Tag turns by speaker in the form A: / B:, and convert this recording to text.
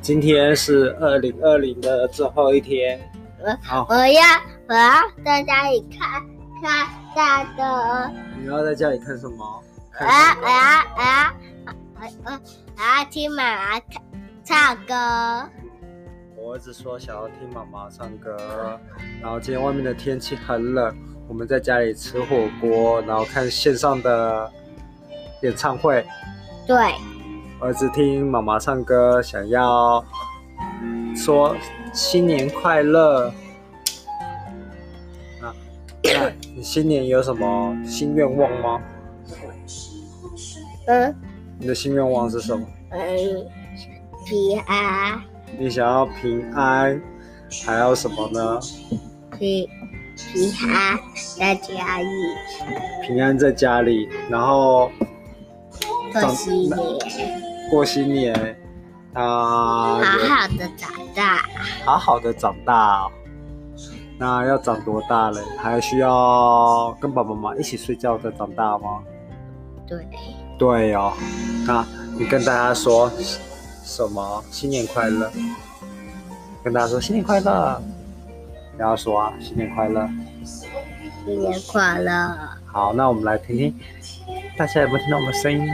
A: 今天是二零二零的最后一天，好、
B: 我要我要在家里看看大的，
A: 你要在家里看什么？
B: 我
A: 看
B: 要
A: 什
B: 我
A: 么？
B: 要我要我我我要听妈妈唱唱歌。
A: 我儿子说想要听妈妈唱歌，然后今天外面的天气很冷，我们在家里吃火锅，然后看线上的演唱会。
B: 对，
A: 儿子听妈妈唱歌，想要说新年快乐。啊，那你新年有什么新愿望吗？
B: 嗯
A: 你的新愿望是什么？
B: 嗯，平安
A: 你想要平安，还要什么呢？
B: 平平安在家里
A: 平安在家里，然后
B: 过新年，
A: 过新年，啊、
B: 好好的长大。
A: 好好的长大哦、那要长多大嘞？还需要跟爸爸妈妈一起睡觉的长大吗？
B: 对，
A: 对哦，那你跟大家说什么？新年快乐！跟大家说新年快乐！不要说啊，新年快乐！
B: 新年快乐！
A: 好，那我们来听听，大家有没有听到我们的声音呢？